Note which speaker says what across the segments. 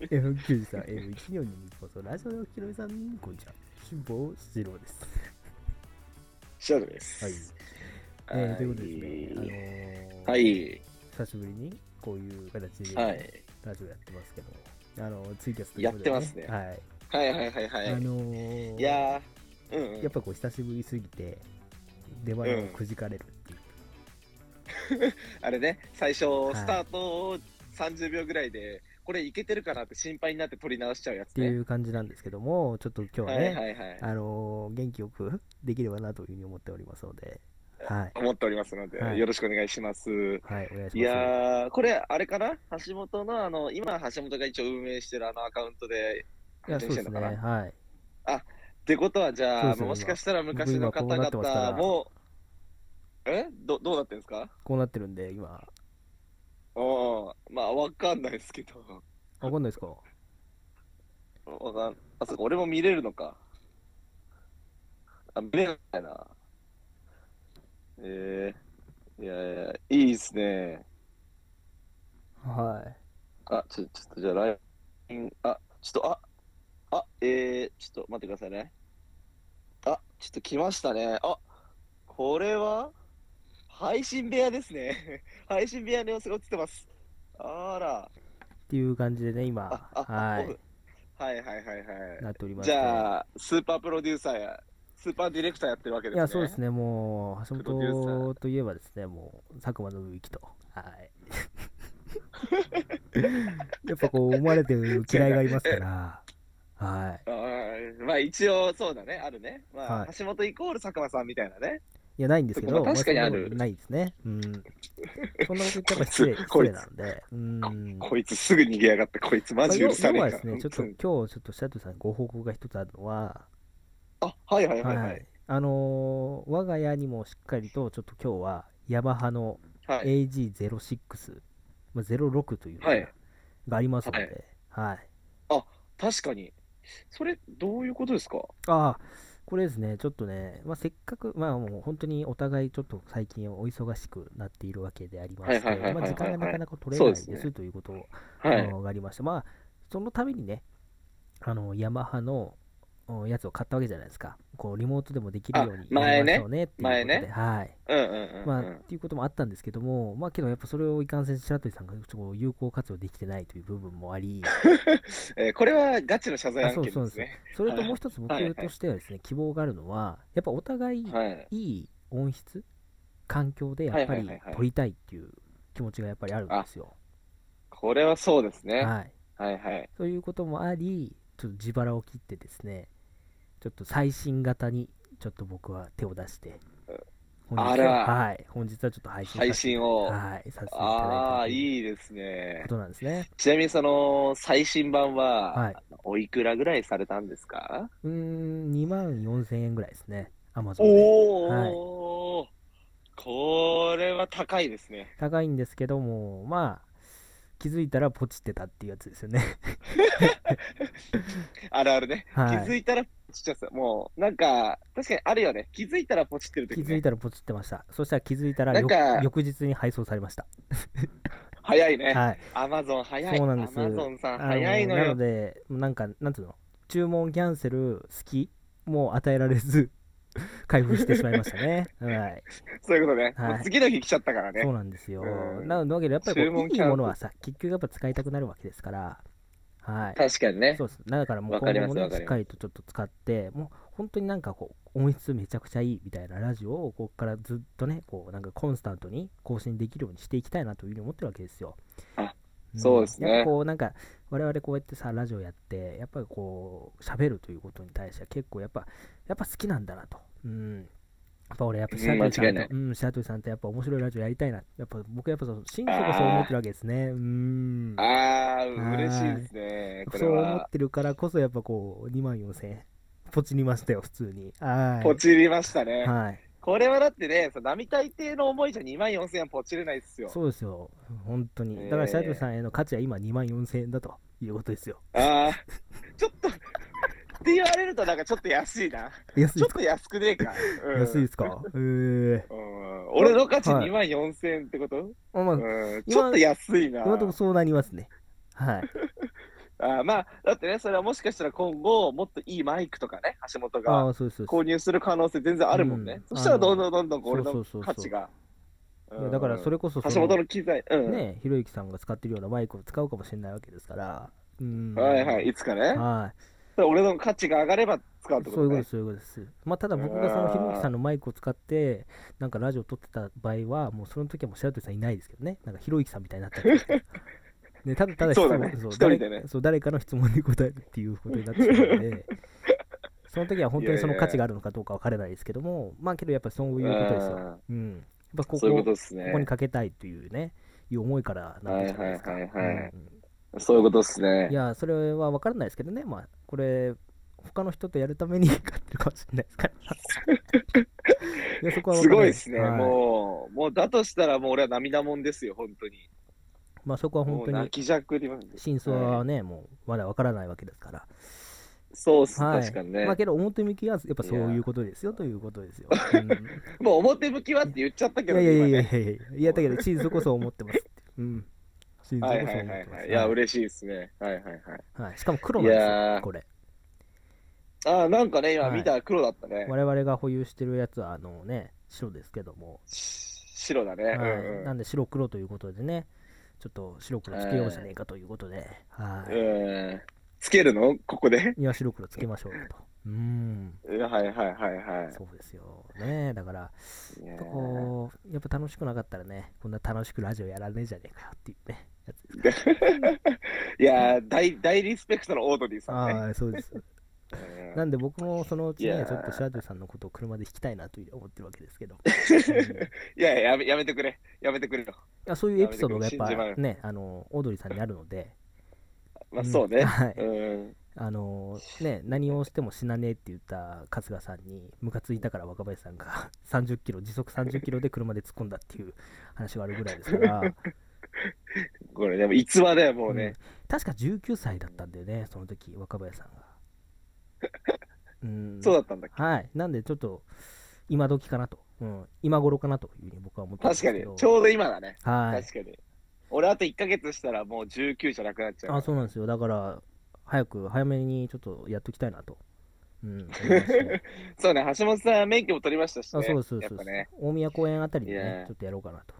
Speaker 1: M93、M142 日本ラジオのひろみさん、こんにちは。辛抱四郎です。
Speaker 2: シャドウです。
Speaker 1: はい。
Speaker 2: は
Speaker 1: えー、ということですね、あのー
Speaker 2: はい。
Speaker 1: 久しぶりにこういう形で
Speaker 2: は
Speaker 1: ラ
Speaker 2: い。
Speaker 1: ジオやってますけど、あのツイキャスという
Speaker 2: や
Speaker 1: こ
Speaker 2: っ
Speaker 1: と
Speaker 2: て
Speaker 1: で
Speaker 2: ますね
Speaker 1: はい。
Speaker 2: はいはいはいはい。
Speaker 1: あのー
Speaker 2: いやー、うん、うん。
Speaker 1: やっぱこう久しぶりすぎて、出前をくじかれるっていう。
Speaker 2: あれね、最
Speaker 1: い
Speaker 2: 初、スタートを30秒ぐらいで、これいけてるかなって心配になって取り直しちゃうやつ
Speaker 1: ってい
Speaker 2: ね。
Speaker 1: う感じなんですけども、ちょっと今日は
Speaker 2: は
Speaker 1: ね、
Speaker 2: いはいはい。
Speaker 1: あのー元気よくできればなというふうに思っておりますので、はい。
Speaker 2: 思っておりますので、
Speaker 1: はい
Speaker 2: よろしくお願いします。
Speaker 1: はい、お願いします。
Speaker 2: いやー、これ、あれかな橋本の、あの、今、橋本が一応運営してるあのアカウントで
Speaker 1: いや
Speaker 2: 配
Speaker 1: そう
Speaker 2: 信して
Speaker 1: で
Speaker 2: る
Speaker 1: す
Speaker 2: の
Speaker 1: ね。
Speaker 2: かな、
Speaker 1: はい。
Speaker 2: ってことは、じ
Speaker 1: そう
Speaker 2: ゃあ、
Speaker 1: ですよ
Speaker 2: もしかしたら昔の方
Speaker 1: 今こうなってますから
Speaker 2: 々も、えどどうなってんですか
Speaker 1: こうなってるんで、今。わ
Speaker 2: おーまあ、わかんないですけど。
Speaker 1: かんないですか
Speaker 2: わかん、あ、そうか、俺も見れるのか。あ、見れないな。えー、いやいや、いいっすね。
Speaker 1: はい。
Speaker 2: あ、ちょ、ちょっとじゃあ、ライン、あ、ちょっと、あ、あ、えー、ちょっと待ってくださいね。あ、ちょっと来ましたね。あ、これは、配信部屋ですね。配信部屋の様子が映ってます。あら、
Speaker 1: っていう感じでね、今、
Speaker 2: あ、あ、
Speaker 1: は
Speaker 2: オフ
Speaker 1: い。
Speaker 2: はいはいはいはい。
Speaker 1: なっておりまし
Speaker 2: じ
Speaker 1: て。
Speaker 2: ゃあ、スーパープロデューサーや、スーパーディレクターやってるわけです
Speaker 1: い
Speaker 2: ね。
Speaker 1: や、そうですね、もう、橋
Speaker 2: プロデューサー
Speaker 1: 本といえばですね、もう、佐久間信之と。はい。やっぱこう、思われてる嫌いがありますから。はい。
Speaker 2: あーまあ一応そうだね、あるね。まあ、
Speaker 1: はい
Speaker 2: 橋本イコール佐久間さんみたいなね。
Speaker 1: いや、ないんですけど、
Speaker 2: まあ確かにある
Speaker 1: まそんなことないですね。うん。そんなこと言ったら失礼、
Speaker 2: こいつ
Speaker 1: 失礼なんで。うん。
Speaker 2: こいつすぐ逃げやがって、こいつマジ許され
Speaker 1: まあ
Speaker 2: な
Speaker 1: 要要はで
Speaker 2: いか
Speaker 1: す
Speaker 2: ら。
Speaker 1: ね、ちょっと今日、ちょっとシャトさんにご報告が一つあるのは、
Speaker 2: あ、はいはいはいはい。
Speaker 1: あのー我が家にもしっかりと、ちょっと今日は、ヤマハの
Speaker 2: はい。
Speaker 1: AG06、まあ、06というのが,、
Speaker 2: はい
Speaker 1: ありますので、はい。
Speaker 2: 確かに。それ、どういうことですか
Speaker 1: ああ、これですね、ちょっとね、まあ、せっかく、まあもう本当にお互いちょっと最近お忙しくなっているわけでありまして、
Speaker 2: はいはいはいはい
Speaker 1: まあ時間がなかなか取れ
Speaker 2: そ
Speaker 1: な
Speaker 2: う
Speaker 1: い
Speaker 2: で
Speaker 1: ですす
Speaker 2: ね
Speaker 1: ということを、
Speaker 2: は
Speaker 1: あ
Speaker 2: い。
Speaker 1: のがありまして、まあ、そのためにね、あの、ヤマハのおやつを買ったわけじゃないですか。こう、リモートでもできるように
Speaker 2: あ前ね
Speaker 1: やりましょうねっていうことで
Speaker 2: 前ね
Speaker 1: はい。
Speaker 2: うんうんうんうん。
Speaker 1: まあ、っていうこともあったんですけども、まあ、けどやっぱそれをいかんせん白鳥さんがちょっとこう有効活用できてないという部分もあ り、
Speaker 2: えーこれはガチの謝罪
Speaker 1: あ
Speaker 2: 案
Speaker 1: そ
Speaker 2: 件
Speaker 1: う
Speaker 2: で
Speaker 1: そうです
Speaker 2: すね。
Speaker 1: それともう一つ僕
Speaker 2: はいはい
Speaker 1: としてはですね、希望があるのは、やっぱお互い
Speaker 2: はい。
Speaker 1: いい音質、環境でやっぱ
Speaker 2: はい
Speaker 1: り
Speaker 2: はいはいはい
Speaker 1: 撮りたいっていう気持ちがやっぱりあるんですよ。
Speaker 2: これはそうですね。
Speaker 1: はい。
Speaker 2: はいはい。
Speaker 1: ということもあり、ちょっと自腹を切ってですね、ちょっと最新型にちょっと僕は手を出して、本
Speaker 2: あ
Speaker 1: 日は、
Speaker 2: ら
Speaker 1: はい、本日はちょっと配信させて
Speaker 2: 配信を。
Speaker 1: はい、させていただい
Speaker 2: あ
Speaker 1: た
Speaker 2: あ、
Speaker 1: という
Speaker 2: いいですね
Speaker 1: こ。となんですね。
Speaker 2: ちなみにその、最新版は、
Speaker 1: はい。
Speaker 2: おいくらぐらいされたんですか
Speaker 1: うーん、2万4000円ぐらいですね、アマゾンで。
Speaker 2: おお、これは高いですね。
Speaker 1: 高いんですけども、まあ、気づいたらポチってたっていうやつですよね。
Speaker 2: あるあるね。
Speaker 1: は
Speaker 2: 気づ
Speaker 1: い。
Speaker 2: いたらポチっちゃった。もう、なんか、確かにあるよね。気づいたらポチってる
Speaker 1: 気
Speaker 2: 時
Speaker 1: づい
Speaker 2: ね。
Speaker 1: たらポチってました。そしたら気づいたら
Speaker 2: なんか
Speaker 1: 翌翌日に配送されました。
Speaker 2: 早いね。
Speaker 1: はい。
Speaker 2: アマゾン早い。
Speaker 1: そうなんです
Speaker 2: アマゾンさん
Speaker 1: あの
Speaker 2: 早いの
Speaker 1: な
Speaker 2: よ
Speaker 1: の。で、なんか、なんつうの、注文キャンセル好きもう与えられず、開封してしまいました ね。はい。
Speaker 2: そういうことね。
Speaker 1: はい
Speaker 2: もう次の日来ちゃったから
Speaker 1: そう
Speaker 2: ね。
Speaker 1: なんですよ。
Speaker 2: うん
Speaker 1: なので、やっぱり
Speaker 2: 注
Speaker 1: こう
Speaker 2: 文
Speaker 1: い
Speaker 2: キ
Speaker 1: い
Speaker 2: ャンセル
Speaker 1: ものはさ、結局やっぱ使いたくなるわけですから、はい。
Speaker 2: 確かにね。
Speaker 1: そうです。だからもう
Speaker 2: わか
Speaker 1: 今
Speaker 2: り
Speaker 1: 後
Speaker 2: ま
Speaker 1: も
Speaker 2: す
Speaker 1: ね、
Speaker 2: わか
Speaker 1: し
Speaker 2: り
Speaker 1: っ
Speaker 2: ます
Speaker 1: かりとちょっと使って、もう本当になんかこう、音質めちゃくちゃいいみたいなラジオを、ここからずっとね、こう、なんかコンスタントに更新できるようにしていきたいなというふうに思ってるわけですよ。
Speaker 2: あ
Speaker 1: ん
Speaker 2: そうですね
Speaker 1: やっぱこう、なんか、我々こうやってさ、ラジオやって、やっぱりこう、喋るということに対しては結構やっぱ、やっぱ好きなんだなと。うん。やっぱ俺やっぱシャトゥさ
Speaker 2: 間違
Speaker 1: ん
Speaker 2: いない
Speaker 1: と、うん、シャトゥさんとやっぱ面白いラジオやりたいな。やっぱ僕やっぱその心底そう思ってるわけですね。うん。
Speaker 2: ああ、嬉しいですね。これ
Speaker 1: そう思っ
Speaker 2: は。
Speaker 1: てるからこそやっぱこう2万4000円ポチりましたよ普通にはい
Speaker 2: ポチりましたね。
Speaker 1: はい
Speaker 2: これはだってね、その並大抵の思いじゃ2万4000円ポチれないですよ。
Speaker 1: そうですよ本当に
Speaker 2: え
Speaker 1: だ
Speaker 2: ー
Speaker 1: からシャドウさんへの価値は今2万4000円だということですよ
Speaker 2: ああ、ちょっと、って言われるとなんかちょっと安いな。
Speaker 1: 安い
Speaker 2: ち
Speaker 1: です
Speaker 2: ょっと
Speaker 1: か
Speaker 2: 安くねえか。うん
Speaker 1: 安いですかえー
Speaker 2: うん俺の価値
Speaker 1: はい
Speaker 2: 2万4000円ってこと、
Speaker 1: まあまあ
Speaker 2: うん、
Speaker 1: 今
Speaker 2: ちょっと安いな。
Speaker 1: 今のところそうなりますねはい
Speaker 2: あーまあ、だってね、それはもしかしたら今後、もっといいマイクとかね、橋本
Speaker 1: あ
Speaker 2: が
Speaker 1: あ、そうです。そう
Speaker 2: 購入する可能性全然あるもんね。
Speaker 1: うん
Speaker 2: そしたら
Speaker 1: あの
Speaker 2: どんどんどんどんこう俺
Speaker 1: そ
Speaker 2: の
Speaker 1: うそうそうそう
Speaker 2: 価値が。
Speaker 1: ですいやだからそ
Speaker 2: れ、
Speaker 1: れこそそ
Speaker 2: 橋本の機材、うん。
Speaker 1: ね、ひろゆきさんが使ってるようなマイクを使うかもしれないわけですから。うん
Speaker 2: はいはい、いつかね。
Speaker 1: はい
Speaker 2: それ俺の価値が上がれば使うってこ
Speaker 1: そういうこと
Speaker 2: とね
Speaker 1: です、。そういうことです。まあ、ただ僕がそのひろゆきさんのマイクを使って、なんかラジオを撮ってた場合は、もうその時はもう白鳥さんいないですけどね、なんかひろゆきさんみたいになってる。 ね、ただただ
Speaker 2: そうだね
Speaker 1: 質問
Speaker 2: 一人
Speaker 1: 誰
Speaker 2: でね
Speaker 1: そう誰かの質問に答えるっていうことになってしまうので、 その時は本当にその価値があるのかどうか分からないですけども、まあけどやっぱりそういうことですよ。
Speaker 2: あ
Speaker 1: うん。やっぱ
Speaker 2: ー
Speaker 1: ここ
Speaker 2: そういうことです
Speaker 1: こ
Speaker 2: ね
Speaker 1: こ。にかけたいというね、いう思いからなんでじゃないですか。
Speaker 2: はいはいはいはい
Speaker 1: うんうん
Speaker 2: そういうことですね
Speaker 1: い。や、それは分からないですけどね、まあ、これ、他の人とやるために 買ってるかもしれないですから。 いやそこは分か
Speaker 2: す
Speaker 1: ら
Speaker 2: ご
Speaker 1: ない
Speaker 2: ですね、
Speaker 1: は
Speaker 2: もう、もうだとしたら、もう俺は涙もんですよ、本当に。
Speaker 1: まあ、そこは
Speaker 2: も
Speaker 1: 本
Speaker 2: う
Speaker 1: 当
Speaker 2: 泣
Speaker 1: に、
Speaker 2: きじゃくります。
Speaker 1: 真相はね、もう、まだ分からないわけですから。
Speaker 2: そうっす、
Speaker 1: はい
Speaker 2: 確かにね。
Speaker 1: まあ、けど、表向きは、やっぱそういうことですよ、ということですよ。うん
Speaker 2: もう表向きはって言っちゃった
Speaker 1: い
Speaker 2: けど
Speaker 1: や
Speaker 2: ね、
Speaker 1: いやいや
Speaker 2: 今
Speaker 1: いやい
Speaker 2: ね。
Speaker 1: やいや、いやだけど、真相こそ思ってますって。うん。真
Speaker 2: は
Speaker 1: 相こ
Speaker 2: いは
Speaker 1: そ
Speaker 2: い
Speaker 1: 思
Speaker 2: は
Speaker 1: っ
Speaker 2: い
Speaker 1: てま
Speaker 2: は
Speaker 1: す。
Speaker 2: い。いや、
Speaker 1: はい
Speaker 2: 嬉しいですね。はいはいはい。
Speaker 1: はいしかも黒なんで
Speaker 2: い
Speaker 1: す
Speaker 2: や
Speaker 1: よ、
Speaker 2: ー
Speaker 1: これ。
Speaker 2: ああ、なんかね、今
Speaker 1: はい
Speaker 2: 見たら黒だったね。
Speaker 1: 我々が保有してるやつは、あのね、白ですけども、
Speaker 2: し白だね。う
Speaker 1: はい
Speaker 2: ん
Speaker 1: な
Speaker 2: うん
Speaker 1: んで白黒ということでね、ちょっと白黒つけようじゃねえかということで、はい。
Speaker 2: うん。つけるのここで
Speaker 1: いや、白黒つけましょうよと。うーん、
Speaker 2: うんはいはいはいは
Speaker 1: そうですよ。ねだから、
Speaker 2: い。いや
Speaker 1: やっぱこう、やっぱ楽しくなかったらね、こんな楽しくラジオやらねえじゃねえかよっていうね、やつですか
Speaker 2: ーいやー大、大リスペクトのオードリー さんね。
Speaker 1: ああ、そうです。
Speaker 2: うん
Speaker 1: なんで僕もそのうち
Speaker 2: いや
Speaker 1: ね、
Speaker 2: ー
Speaker 1: ちょっと白鳥さんのことを車で引きたいなという思ってるわけです けど、
Speaker 2: いやいややめ、やめてくれ。やめてくれよ。
Speaker 1: あそういうエピソードがや
Speaker 2: 信じま
Speaker 1: っ
Speaker 2: れ
Speaker 1: ぱね、あの、オードリーさんにあるので、
Speaker 2: まあ、
Speaker 1: ん
Speaker 2: そ うね。
Speaker 1: はい。
Speaker 2: うん。
Speaker 1: あのね、何をしても死なねえって言った春日さんにムカついたから若林さんが 30キロ時速30キロで車で突っ込んだっていう話があるぐらいですから、
Speaker 2: これ、でも、逸話だよ、もう
Speaker 1: うん
Speaker 2: ね。
Speaker 1: 確か19歳だったんだよねその時若林さんが、うん、
Speaker 2: そうだったんだっけ。
Speaker 1: はいなんでちょっと今時かなと、うん、今頃かなというふうに僕は思ってます
Speaker 2: 確
Speaker 1: け
Speaker 2: か
Speaker 1: ど
Speaker 2: に。ちょうど今だね。
Speaker 1: はい
Speaker 2: 確かに。俺、あと1ヶ月したら、もう19じゃなくなっちゃうから。
Speaker 1: あそうなんですよだから早く早めにちょっとやっときたいなと、うん、思いますね
Speaker 2: そうね、橋本さん、免許も取りましたし
Speaker 1: あ
Speaker 2: ね。
Speaker 1: そうですそうで
Speaker 2: や
Speaker 1: す
Speaker 2: っ
Speaker 1: そう
Speaker 2: ぱ
Speaker 1: です、
Speaker 2: ね。
Speaker 1: 大宮公園あたりで
Speaker 2: い
Speaker 1: ね
Speaker 2: や、
Speaker 1: ちょっとやろうかなと。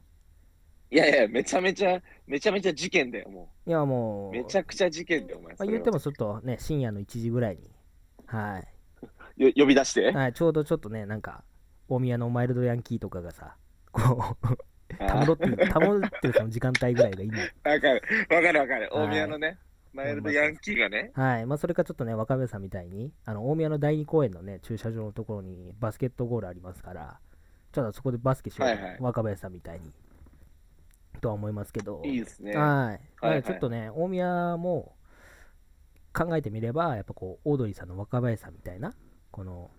Speaker 2: いやいや、めちゃめちゃ、めちゃめちゃ事件だよ、も
Speaker 1: いや、も
Speaker 2: う。
Speaker 1: う、
Speaker 2: めちゃくちゃ事件だよ、お前。
Speaker 1: まあ、言ってもちょっとね、深夜の1時ぐらいに、は
Speaker 2: それをよ呼び出して
Speaker 1: い、。はい、ちょうどちょっとね、なんか、大宮のマイルドヤンキーとかがさ、こう、
Speaker 2: あ
Speaker 1: た
Speaker 2: ー
Speaker 1: むろってる、たむろってるその時間帯ぐらいがいいの。
Speaker 2: わかる、わかるわかる。
Speaker 1: はい
Speaker 2: 大宮のね、マイルドヤンキーがね。
Speaker 1: はい、まあ、それかちょっとね、若林さんみたいに、あの、大宮の第二公園のね、駐車場のところにバスケットゴールありますから、ちょっとそこでバスケしよう、
Speaker 2: はいはい
Speaker 1: 若林さんみたいに、とは思いますけど。
Speaker 2: いいですね。
Speaker 1: はい。
Speaker 2: はい
Speaker 1: な
Speaker 2: は
Speaker 1: ので
Speaker 2: い
Speaker 1: ちょっとね、大宮も考えてみれば、やっぱこう、オードリーさんの若林さんみたいな、この、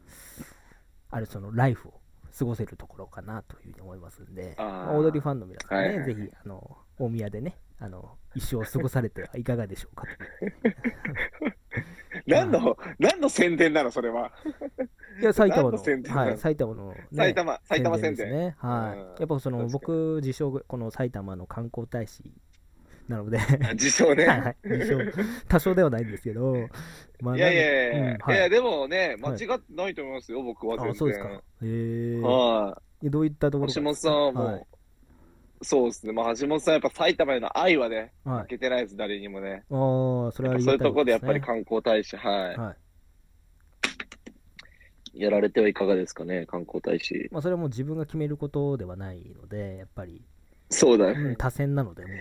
Speaker 1: あるそのライフを過ごせるところかなというふうに思いますんで、
Speaker 2: あー
Speaker 1: まあオードリーファンの皆さんね、
Speaker 2: はいはい
Speaker 1: ぜひ、あの、大宮でね、あの、一生を過ごされて はいかがでしょうかと。
Speaker 2: 何の、何の宣伝なの、それは。
Speaker 1: いや、埼玉の、
Speaker 2: 何の宣伝なの
Speaker 1: はい、埼玉の、ね、
Speaker 2: 埼玉、埼玉
Speaker 1: で
Speaker 2: 宣
Speaker 1: す
Speaker 2: 伝。
Speaker 1: ね。は
Speaker 2: うん
Speaker 1: い。やっぱその、
Speaker 2: 確かに
Speaker 1: 僕、自称、この埼玉の観光大使な ので、
Speaker 2: あ自称ね。
Speaker 1: はいはい、一緒多少ではないんですけど、ま
Speaker 2: いやいやいや、、
Speaker 1: なんでうんはいい
Speaker 2: やでもね、間違ってないと思いますよ、僕は全然。
Speaker 1: あそうですか。へえ
Speaker 2: は
Speaker 1: どういったところが
Speaker 2: い。橋本さんはもう、
Speaker 1: はい
Speaker 2: そうですね、まあ、橋本さんはやっぱ埼玉への愛はね、
Speaker 1: はい
Speaker 2: 負けてないです、誰にもね。
Speaker 1: ああ、それはあり
Speaker 2: そ
Speaker 1: が
Speaker 2: ういう
Speaker 1: たい
Speaker 2: ところでやっぱり
Speaker 1: すね
Speaker 2: 観光大使、はい、
Speaker 1: はい。
Speaker 2: やられてはいかがですかね、観光大使。
Speaker 1: まあ、それはもう自分が決めることではないので、やっぱり、
Speaker 2: そうだ
Speaker 1: うん、
Speaker 2: ね。
Speaker 1: 多選なので、も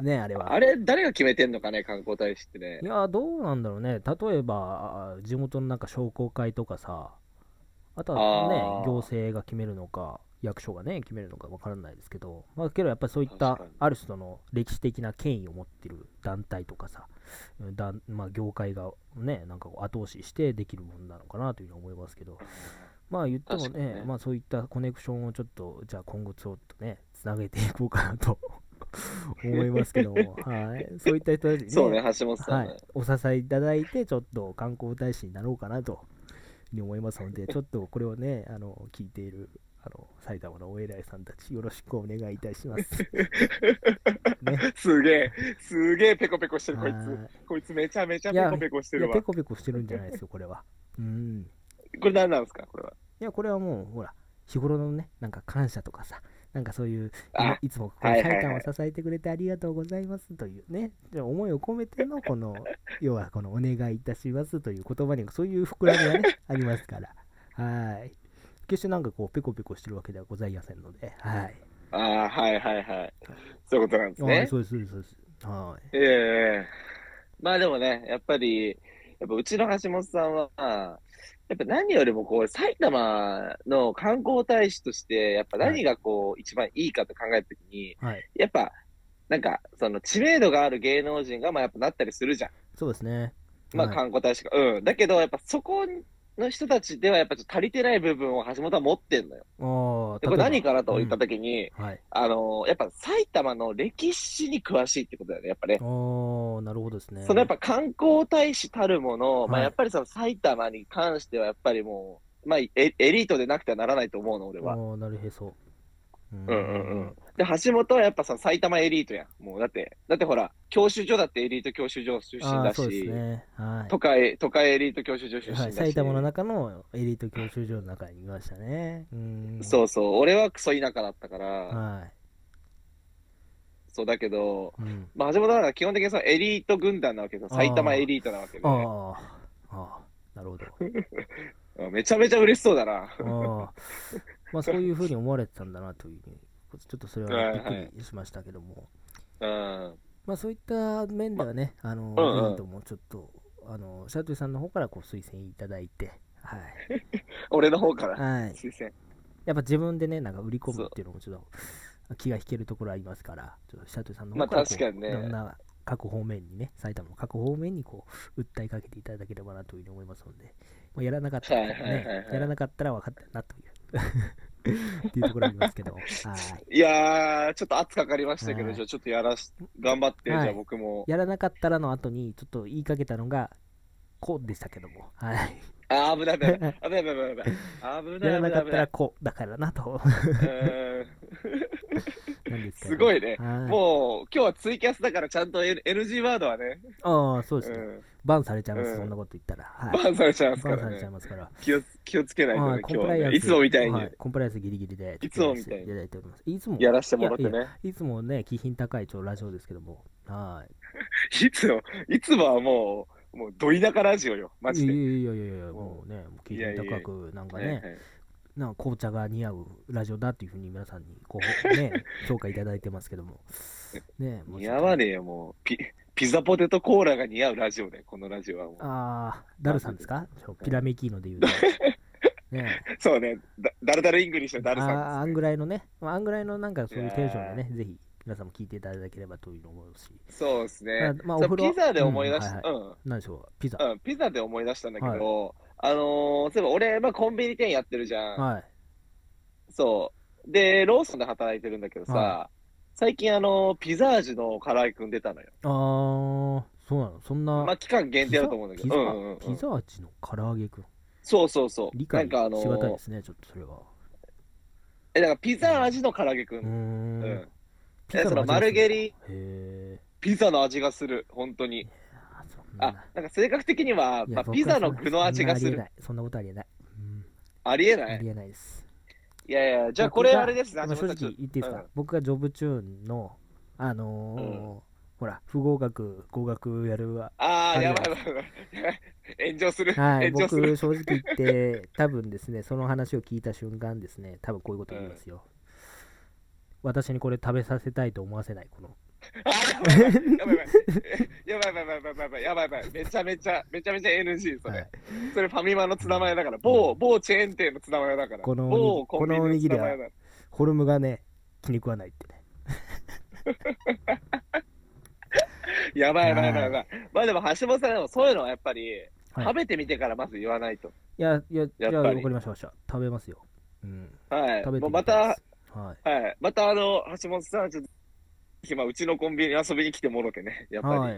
Speaker 1: う、ね、あれは。
Speaker 2: あれ、誰が決めてんのかね、観光大使ってね
Speaker 1: い。や、どうなんだろうね。例えば、地元のなんか商工会とかさ、あとはね
Speaker 2: あ、ー
Speaker 1: 行政が決めるのか、役所がね、決めるのかわからないですけど、まあ、けどやっぱりそういった
Speaker 2: 確かに、
Speaker 1: ある人の歴史的な権威を持ってる団体とかさ、うんだんまあ、業界がね、なんかこう後押ししてできるものなのかなというふうに思いますけど、まあ言っても
Speaker 2: 確かに
Speaker 1: ね
Speaker 2: ね、
Speaker 1: まあそういったコネクションをちょっと、じゃあ今後ちょっとね、つなげていこうかなと 思いますけども、はい。そういった人たちに
Speaker 2: そうね、橋本さ
Speaker 1: は
Speaker 2: ん、ね
Speaker 1: い、お支えいただいて、ちょっと 観光大使になろうかなというふうに思いますので、ちょっとこれをね、あの聞いているあの埼玉のお偉いさんたち、よろしくお願いいたし ます。ね、
Speaker 3: すげえ、すげえペコペコしてる、こい
Speaker 1: は
Speaker 3: つ。こいつめちゃめちゃペコペコして
Speaker 1: いいや
Speaker 3: るわ
Speaker 1: ペ。コペコしてるんじゃないですよ、これは。うん。
Speaker 3: これ何なんですかこれは。
Speaker 1: いや、これはもう、ほら、日頃のね、なんか感謝とかさ、なんかそういう、
Speaker 3: あ
Speaker 1: いいつもこう
Speaker 3: はいはいはい
Speaker 1: 埼玉を支えてくれてありがとうございますというね、じゃあ思いを込めての、こ の、要はこの、お願いいたしますという言葉に、そういう膨らみが ね、ありますから。はい。決してなんかこう、ペコペコしてるわけではございませんので、はい。
Speaker 3: ああ、はいはいはい。そういうことなんです
Speaker 1: はい
Speaker 3: ね。
Speaker 1: そうです、そうです、そうです。はい。
Speaker 3: ええ
Speaker 2: まあでもね、やっぱり、やっぱうちの橋本さんは、やっぱ何よりもこう、埼玉の観光大使として、やっぱ何がこう、一番いいかと考えるときに、
Speaker 1: はい。
Speaker 2: やっぱ、なんか、その知名度がある芸能人が、まあやっぱなったりするじゃ
Speaker 1: そうですね。
Speaker 2: ん。まあ
Speaker 1: はい
Speaker 2: 観光大使が。うん。だけど、やっぱそこの人たちでは、やっぱちょっと足りてない部分を橋本は持ってんのよ。
Speaker 1: ああ、
Speaker 2: でこれ
Speaker 1: 例えば
Speaker 2: 何かなと言ったときに、
Speaker 1: はい。
Speaker 2: あのやっぱ埼玉の歴史に詳しいってことだよね、やっぱね。
Speaker 1: ああ、なるほどですね。
Speaker 2: そのやっぱ観光大使たるもの、ま
Speaker 1: は
Speaker 2: あ、
Speaker 1: い
Speaker 2: やっぱりその埼玉に関しては、やっぱりもう、まあ、エエリートでなくてはならないと思うの、俺は。
Speaker 1: おーなるへそ。うん
Speaker 2: うんうんうん。で、橋本はやっぱその埼玉エリートやん。もうだって、だってほら、教習所だってエリート教習所出身
Speaker 1: あ
Speaker 2: だ
Speaker 1: あ、そうです
Speaker 2: し、
Speaker 1: ね。はい。
Speaker 2: 都会、都会エリート教習所出身だ
Speaker 1: はい、
Speaker 2: し、
Speaker 1: 埼玉の中のエリート教習所の中にいましたね。うん。
Speaker 2: そうそう、俺はクソ田舎だったから、
Speaker 1: は
Speaker 2: そうだけど、
Speaker 1: い。うん。
Speaker 2: まあ、橋本は基本的にそのエリート軍団なわけですよ。埼玉エリートなわけで、
Speaker 1: ああ、ああ、なるほど。
Speaker 2: うんめちゃめちゃ嬉しそうだな。
Speaker 1: ああ。まあ、そういうふうに思われてたんだなというふうに、ちょっとそれはび
Speaker 2: はい
Speaker 1: っくりしましたけども。
Speaker 2: うん。
Speaker 1: まあ、そういった面ではね、あの、
Speaker 2: うんうん
Speaker 1: ぜひともちょっと、あの、シャトゥさんの方からこう推薦いただいて、はい。
Speaker 2: 俺の方から、
Speaker 1: はい。
Speaker 2: 推薦。
Speaker 1: やっぱ自分でね、なんか売り込むっていうのもちょっと気が引けるところありますから、ちょっとシャトゥさんの
Speaker 2: まあ
Speaker 1: 方からこ
Speaker 2: 確
Speaker 1: う
Speaker 2: かにね
Speaker 1: いろんな各方面にね、埼玉の各方面にこう、訴えかけていただければなというふうに思いますので、まあ、やらなかったら、
Speaker 2: はいはいはいは
Speaker 1: ね
Speaker 2: い、
Speaker 1: やらなかったら分かったなという、 っていうところありますけど、はい。
Speaker 2: いやー、ちょっと圧かかりましたけ
Speaker 1: は
Speaker 2: ど、
Speaker 1: い
Speaker 2: じゃあちょっとやらし、頑張って、じ
Speaker 1: はい
Speaker 2: ゃあ僕も。
Speaker 1: やらなかったらの後に、ちょっと言いかけたのが、こうでしたけども、はい。
Speaker 2: あー、危な い、危ない、危ない、危ない、危
Speaker 1: やら
Speaker 2: ない、危
Speaker 1: な
Speaker 2: な
Speaker 1: かっ
Speaker 2: い、危
Speaker 1: た
Speaker 2: な
Speaker 1: ら
Speaker 2: い、
Speaker 1: こうだからな と、
Speaker 2: 危ない。
Speaker 1: なんですけど
Speaker 2: すごいね
Speaker 1: は
Speaker 2: もう、今日はツイキャスだから、ちゃんと N- NG ワードはね、
Speaker 1: ああ、そう
Speaker 2: う
Speaker 1: ですね。
Speaker 2: ん、
Speaker 1: バンされちゃいま
Speaker 2: う
Speaker 1: す、
Speaker 2: ん
Speaker 1: そんなこと言ったら。はい
Speaker 2: バンされちゃいます
Speaker 1: バ
Speaker 2: か
Speaker 1: ンさ
Speaker 2: ら
Speaker 1: れちゃい
Speaker 2: ね。
Speaker 1: ますから。
Speaker 2: 気を、気をつけないと
Speaker 1: は
Speaker 2: ね
Speaker 1: い、コン
Speaker 2: 今
Speaker 1: プ
Speaker 2: 日
Speaker 1: ラ
Speaker 2: は
Speaker 1: イアンス
Speaker 2: ね。いつもみたいに
Speaker 1: は、いコンプライアンスギリギリで、
Speaker 2: いつもみたいに
Speaker 1: やらせていただいております。いつも、
Speaker 2: やらせてもらって
Speaker 1: いや
Speaker 2: ね。
Speaker 1: いつもね、気品高い超ラジオですけども。はい
Speaker 2: つも、いつもはもう、もう、ど田舎ラジオよ、マ
Speaker 1: い。
Speaker 2: ジ
Speaker 1: い
Speaker 2: で。
Speaker 1: やいやいやいや、もうね、もう気
Speaker 2: いや
Speaker 1: 品
Speaker 2: いやいや
Speaker 1: 高く、なんか
Speaker 2: はいは
Speaker 1: ね、
Speaker 2: い
Speaker 1: なんか紅茶が似合うラジオだっていうふうに皆さんに、こう、 ね、評価いただいてますけども。ね、もうち
Speaker 2: 似
Speaker 1: ょっと
Speaker 2: 合わねえよ、もう。ピ、ピザポテトコーラが似合うラジオだよ、このラジオはもう。
Speaker 1: ああ、ダルさんですかそうピラメキーノで言う と。ね
Speaker 2: そうね、だ、だるだるイングリッシュのだるさんです
Speaker 1: ああんぐらいのね、まあ、あんぐらいのなんかそういうテンションでね、ぜひ皆さんも聞いていただければというのも思うし、
Speaker 2: そうですね。
Speaker 1: まあまあ
Speaker 2: そう
Speaker 1: お風呂
Speaker 2: ピザで思い出し
Speaker 1: うんは
Speaker 2: た、うん、
Speaker 1: なんでしょう、ピザ。
Speaker 2: うん、ピザで思い出したんだけど、あのー、そういえば俺、まあ、コンビニ店やってるじゃん。
Speaker 1: はい。
Speaker 2: そう。で、ローソンで働いてるんだけどさ、
Speaker 1: は
Speaker 2: 最近、あのーピザ味の唐揚げくん出たのよ。
Speaker 1: あー、そうなの、そんな。
Speaker 2: まあ、期間限定だと思うんだけ
Speaker 1: ピザ
Speaker 2: ど、うんうんうん、
Speaker 1: ピザ味の唐揚げくん。
Speaker 2: そうそうそう。
Speaker 1: 理解
Speaker 2: なん
Speaker 1: し
Speaker 2: かあのー
Speaker 1: がたいですね、ちょっとそれは。
Speaker 2: え、だからピザ味の唐揚げく。
Speaker 1: うんー。
Speaker 2: うんん。
Speaker 1: ピザの味がする
Speaker 2: そのマルゲリ
Speaker 1: へえ。
Speaker 2: ピザの味がする、本当に。
Speaker 1: あ、そんな
Speaker 2: あ、なんか性格的には、まあ、ピザの具の味がす。
Speaker 1: いや僕
Speaker 2: る。
Speaker 1: はそんなそんなありえない。そんなこ
Speaker 2: ありえ
Speaker 1: とありえない。うん、あ
Speaker 2: ない
Speaker 1: りえないです。
Speaker 2: いやいや、じゃあこ
Speaker 1: 僕
Speaker 2: れ
Speaker 1: が
Speaker 2: あれですね、
Speaker 1: まあ正
Speaker 2: 橋本さ
Speaker 1: 直
Speaker 2: ん
Speaker 1: 言っていいですか、
Speaker 2: うん
Speaker 1: 僕がジョブチューンの、あのー
Speaker 2: う
Speaker 1: ほら、不合格、合格やるわ
Speaker 2: あ
Speaker 1: あ
Speaker 2: あ、
Speaker 1: り
Speaker 2: や
Speaker 1: が
Speaker 2: ばい
Speaker 1: とう
Speaker 2: やばいやばい。 炎上する。
Speaker 1: はい、
Speaker 2: 炎上
Speaker 1: 僕、
Speaker 2: する。
Speaker 1: 正直言って、多分ですね、その話を聞いた瞬間ですね、多分こういうこと言いますよ。私にこれ食べさせたいと思わせない、この。
Speaker 2: あーやばいやばいやばいやばいやばいやばいやばいやばいやばいやばい。めちゃめちゃ、めちゃめちゃ NG、そ
Speaker 1: は
Speaker 2: れ。
Speaker 1: い、
Speaker 2: それファミマのツナマヨだから、某、某チェーン店のツナマヨだから。
Speaker 1: このおに
Speaker 2: 某コンビニ
Speaker 1: このおにぎりは
Speaker 2: ツナマヨだか
Speaker 1: フォルムがね、気に食わないってね。
Speaker 2: らやばいやばいやばいやばい。まあでも、橋本さんでもそういうのはやっぱり、
Speaker 1: はい
Speaker 2: 食べてみてからまず言わないと。
Speaker 1: いや、いや、じゃあ、
Speaker 2: やっ
Speaker 1: わ
Speaker 2: ぱ
Speaker 1: か
Speaker 2: り
Speaker 1: りました、わかりました食べますよ。うん、
Speaker 2: はい。
Speaker 1: 食べて
Speaker 2: もう
Speaker 1: み
Speaker 2: ま
Speaker 1: たいで
Speaker 2: た
Speaker 1: す、はい、
Speaker 2: はい。またあの、橋本さん、ちょっと、今、うちのコンビニに遊びに来てもろてね。やっぱり。
Speaker 1: はい。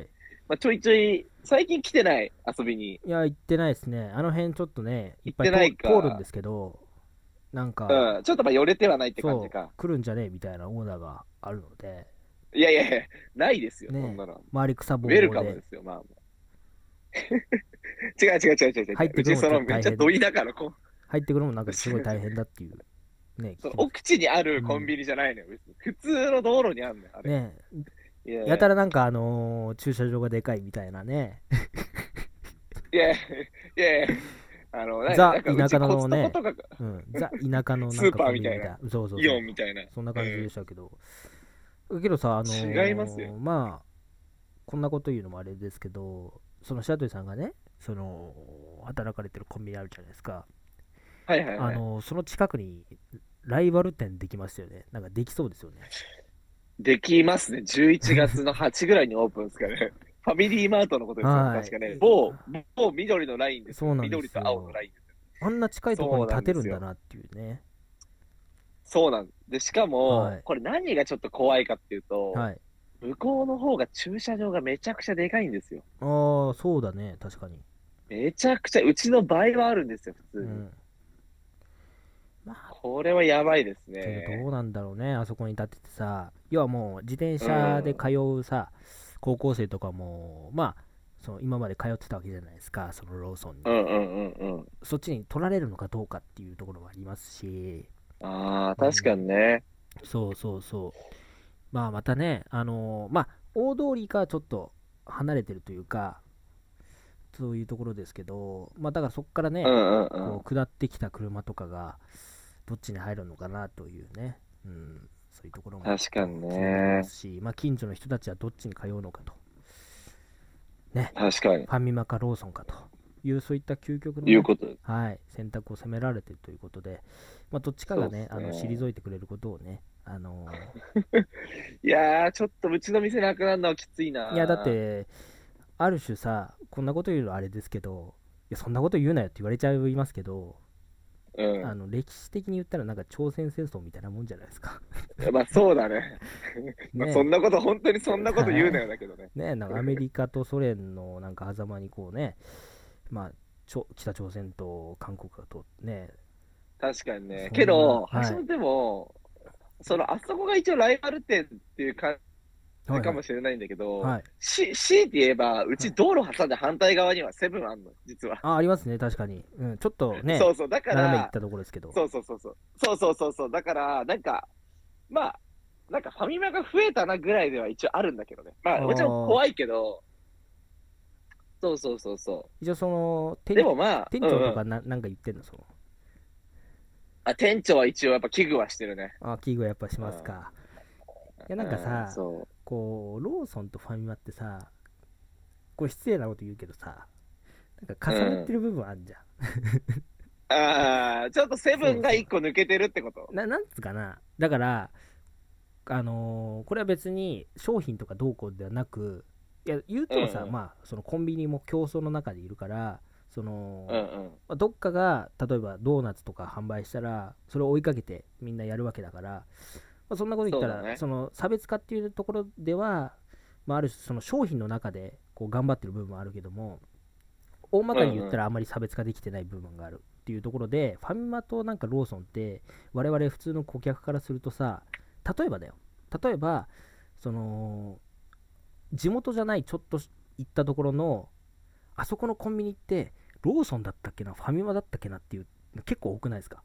Speaker 2: まあ、ちょいちょい、最近来てない、遊びに。
Speaker 1: いや、行ってないですね。あの辺、ちょっとね、いっぱ
Speaker 2: 行ってない
Speaker 1: 通
Speaker 2: いか
Speaker 1: 通るんですけど、なんか、
Speaker 2: うん。ちょっとまあ、よれてはないって感
Speaker 1: そ
Speaker 2: じ
Speaker 1: う
Speaker 2: か。
Speaker 1: 来るんじゃねえみたいなオーダーがあるので
Speaker 2: いやいやいや、ないですよ、
Speaker 1: ねえ
Speaker 2: そんなの。
Speaker 1: 周り草ぼう
Speaker 2: ウ
Speaker 1: ぼう
Speaker 2: ェルカムで
Speaker 1: です
Speaker 2: よ、まあ。 違う違う違う違う違う。
Speaker 1: 入って
Speaker 2: う
Speaker 1: くる
Speaker 2: ち
Speaker 1: の
Speaker 2: そ
Speaker 1: ちょ
Speaker 2: の
Speaker 1: っと大
Speaker 2: めっ
Speaker 1: 変
Speaker 2: ちゃどいだから、こう
Speaker 1: 入ってくるのもなんかすごい大変だっていうね
Speaker 2: その奥地にあるコンビニじゃないのよ、別に。普通の道路にあるのよ、あれ。
Speaker 1: ね
Speaker 2: いやいや
Speaker 1: やたらなんかあのー駐車場がでかいみたいなね
Speaker 2: いやいやいやいや、あの、な
Speaker 1: ザ
Speaker 2: なんかうち
Speaker 1: 田舎のね
Speaker 2: コストコとか
Speaker 1: うん、ザ田舎のなんか
Speaker 2: スーパーみたいな
Speaker 1: コンビニそうそうそう
Speaker 2: イオンみたいな。
Speaker 1: そんな感じでしたけど、けどさあの
Speaker 2: 違いますよ
Speaker 1: まあこんなこと言うのもあれですけどその白鳥さんがねその働かれてるコンビニあるじゃないですか、
Speaker 2: はいはいは
Speaker 1: あ
Speaker 2: い。
Speaker 1: のその近くにライバル店できましたよねなんかできそうです よね
Speaker 2: できますね。11月の8ぐらいにオープンで すからね。ファミリーマートのことですよ、
Speaker 1: はい
Speaker 2: 確かね。某、某緑のラインですよ。
Speaker 1: そうなんで
Speaker 2: 緑
Speaker 1: すよ
Speaker 2: と青のラインですよ。
Speaker 1: あんな近いところに建てるんだなっていうね
Speaker 2: そうなんで、しかも、
Speaker 1: はい
Speaker 2: これ何がちょっと怖いかっていうと、
Speaker 1: はい
Speaker 2: 向こうの方が駐車場がめちゃくちゃでかいんですよ。
Speaker 1: ああそうだね確かに、
Speaker 2: めちゃくちゃ、うちの倍はあるんですよ、普
Speaker 1: う
Speaker 2: 通に。
Speaker 1: ん、まあ
Speaker 2: これはやばいです
Speaker 1: けど
Speaker 2: ね。
Speaker 1: どうなんだろうね、あそこに建ててさ、要はもう自転車で通うさ、高校生とかも、まあ、その今まで通ってたわけじゃないですか、そのローソンに。
Speaker 2: うんうんうんうん。
Speaker 1: そっちに取られるのかどうかっていうところもありますし、
Speaker 2: ああ、確かにね。
Speaker 1: そうそうそう。まあ、またね、あのーまあ、大通りからちょっと離れてるというか、そういうところですけど、まあ、だからそこからね、
Speaker 2: うんうんうん。
Speaker 1: こう下ってきた車とかがどっちに入るのかなというね、うん、そういうところも
Speaker 2: 確かにね
Speaker 1: 気になりますし、まあ、近所の人たちはどっちに通うのかと、
Speaker 2: 確かに。
Speaker 1: ファミマかローソンかという、そういった究極のね、
Speaker 2: いうことです。
Speaker 1: はい、選択を責められてるということで、まあ、どっちかがね、
Speaker 2: そ
Speaker 1: あ
Speaker 2: う
Speaker 1: の
Speaker 2: ですね
Speaker 1: 退いてくれることをね、あの
Speaker 2: いやー、ちょっとうちの店なくなるのはきついな。
Speaker 1: いや、だっ、て、ある種さ、こんなこと言うのあれですけど、いやそんなこと言うなよって言われちゃいますけど、
Speaker 2: うん。
Speaker 1: あの歴史的に言ったら、なんか朝鮮戦争みたいなもんじゃないです か。
Speaker 2: まあそうだね。まあ
Speaker 1: ね
Speaker 2: そんなこと、本当にそんなこと言うなよだけどね。
Speaker 1: ね、なんかアメリカとソ連のなんか狭間にこうね、まあ、ちょ北朝鮮と韓国がとね、
Speaker 2: 確かにね。
Speaker 1: そう
Speaker 2: けど、
Speaker 1: はい
Speaker 2: 橋本でも、そのあそこが一応ライバル店っていう感じかもしれないんだけど、
Speaker 1: はい、
Speaker 2: し強いて言えば、うち道路挟んで反対側にはセブンあんの、実は。
Speaker 1: あありますね、確かに、うん、ちょっとね、
Speaker 2: そうそう、だか
Speaker 1: 斜め行っ
Speaker 2: ら、
Speaker 1: たところですけど、
Speaker 2: そうそうそうそう、そうそうそうそう、だから、なんか、まあ、なんかファミマが増えたなぐらいでは一応あるんだけどね。まあ、
Speaker 1: あー
Speaker 2: もちろん怖いけど、そうそうそうそ
Speaker 1: 一応その
Speaker 2: う。
Speaker 1: 店
Speaker 2: でもまあ、
Speaker 1: 店長
Speaker 2: うんう
Speaker 1: と
Speaker 2: ん
Speaker 1: かな,、なんか言ってんの、その
Speaker 2: あ店長は一応やっぱ危惧はしてるね。
Speaker 1: あ危惧はやっぱしますか。いやなんか
Speaker 2: う
Speaker 1: さ、
Speaker 2: そ
Speaker 1: こう、ローソンとファミマってさ、これ失礼なこと言うけどさ、なんか重なってる部分あんじゃん。
Speaker 2: う。ああ、ちょっとセブンが一個抜けてるってこと。
Speaker 1: ななんつうかなだからあのーこれは別に商品とかどうこうではなくいや言うともさ、
Speaker 2: うんうん
Speaker 1: まあそのコンビニも競争の中でいるからその、
Speaker 2: うんうん。
Speaker 1: まあどっかが例えばドーナツとか販売したらそれを追いかけてみんなやるわけだから、まあ、そんなこと言ったら
Speaker 2: そ
Speaker 1: そ、
Speaker 2: うだね
Speaker 1: の差別化っていうところでは、まあ、ある種その商品の中でこう頑張ってる部分もあるけども大まかに言ったらあまり差別化できてない部分があるっていうところで、ファミマとなんかローソンって我々普通の顧客からするとさ例えばだよ例えばその地元じゃないちょっと行ったところのあそこのコンビニってローソンだったっけなファミマだったっけなっていうの結構多くないですか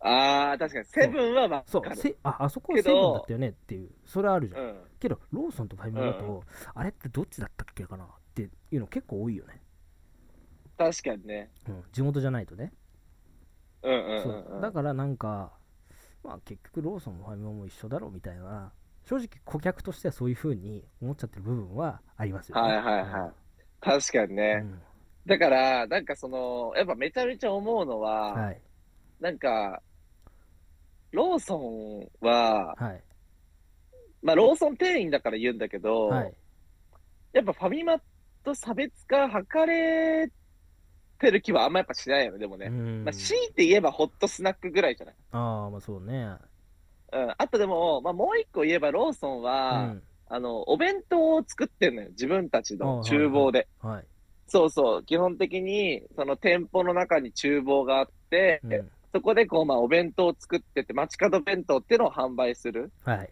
Speaker 2: ああ、確かに。セブンはわ
Speaker 1: そう
Speaker 2: かる。
Speaker 1: せああそこは
Speaker 2: け
Speaker 1: セ
Speaker 2: ど
Speaker 1: ブンだったよねっていうそれはあるじゃん、
Speaker 2: うん。
Speaker 1: けどローソンとファミマだと、
Speaker 2: うん
Speaker 1: あれってどっちだったっけかなっていうの結構多いよね、
Speaker 2: 確かにね。
Speaker 1: うん、地元じゃないとね、
Speaker 2: うんうんう
Speaker 1: そ
Speaker 2: ん
Speaker 1: う
Speaker 2: うん。
Speaker 1: だからなんかまあ結局ローソンもファミマも一緒だろうみたいな正直顧客としてはそういう風に思っちゃってる部分はありますよね
Speaker 2: はいはいはい確かに
Speaker 1: う
Speaker 2: ね。
Speaker 1: ん
Speaker 2: だから、なんかその、やっぱめちゃめちゃ思うのは、
Speaker 1: はい
Speaker 2: なんか、ローソンは、
Speaker 1: はい
Speaker 2: まあローソン店員だから言うんだけど、
Speaker 1: はい
Speaker 2: やっぱファミマと差別化図れてる気はあんまやっぱしないよね、でもね。
Speaker 1: うん
Speaker 2: まあ、強いて言えばホットスナックぐらいじゃない。
Speaker 1: ああまあそうね
Speaker 2: うん、あとでも、まあ、もう一個言えばローソン
Speaker 1: う
Speaker 2: は、
Speaker 1: ん
Speaker 2: あのお弁当を作ってるのよ、自分たちの
Speaker 1: あ
Speaker 2: 厨房で。
Speaker 1: はい
Speaker 2: そうそう、基本的にその店舗の中に厨房があって、
Speaker 1: うん
Speaker 2: そそこでこう、まあ、お弁当を作ってて、街角弁当っていうのを販売する。
Speaker 1: はい。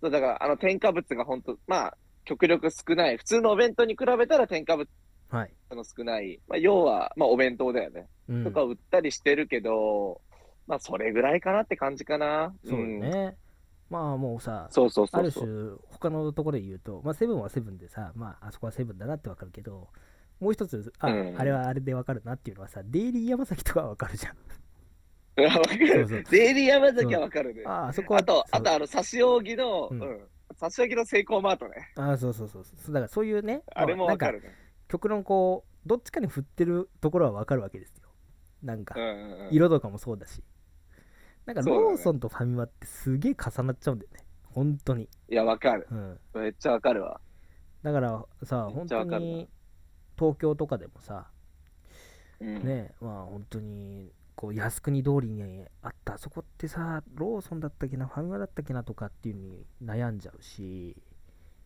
Speaker 2: そうだから、あの、添加物が本当まあ、極力少ない。普通のお弁当に比べたら添加物
Speaker 1: はい。
Speaker 2: の少ない。まあ、要は、まあ、お弁当だよね。
Speaker 1: うん
Speaker 2: とか売ったりしてるけど、まあ、それぐらいかなって感じかな。
Speaker 1: そうよ
Speaker 2: ん。
Speaker 1: ね。まあもうさ、
Speaker 2: そうそう
Speaker 1: あ
Speaker 2: そう
Speaker 1: る
Speaker 2: そう。
Speaker 1: 種、他のところで言うと、まあ、セブンはセブンでさ、まあ、あそこはセブンだなってわかるけど、もう一つ、あ、
Speaker 2: うん
Speaker 1: あれはあれでわかるなっていうのはさ、デイリー山崎とかはわかるじゃん。
Speaker 2: わかる
Speaker 1: そうそう
Speaker 2: デイリー山崎はわかるね。あ
Speaker 1: ああそこは、
Speaker 2: と、
Speaker 1: そう
Speaker 2: あと、あの、差し置きの、
Speaker 1: う
Speaker 2: うんん。差し置きのセイコーマートね。
Speaker 1: あそうそうそうそう。だからそういうね、
Speaker 2: あれも
Speaker 1: ま
Speaker 2: わか
Speaker 1: なんか、
Speaker 2: るね。
Speaker 1: 極論こう、どっちかに振ってるところはわかるわけですよ。なんか
Speaker 2: う、んうんうん。
Speaker 1: 色とかもそうだし。なんか、
Speaker 2: そうだね
Speaker 1: ローソンとファミマってすげえ重なっちゃうんだよね。本当に。
Speaker 2: いや、わかる。
Speaker 1: うん。
Speaker 2: めっちゃわかるわ。
Speaker 1: だからさ、
Speaker 2: め
Speaker 1: 本
Speaker 2: っち
Speaker 1: 当
Speaker 2: ゃわかるな
Speaker 1: に、東京とかでもさ、
Speaker 2: うん。
Speaker 1: ねまあ本当にこう靖国通りにあったあそこってさローソンだったっけなファミマだったっけなとかっていうのに悩んじゃうし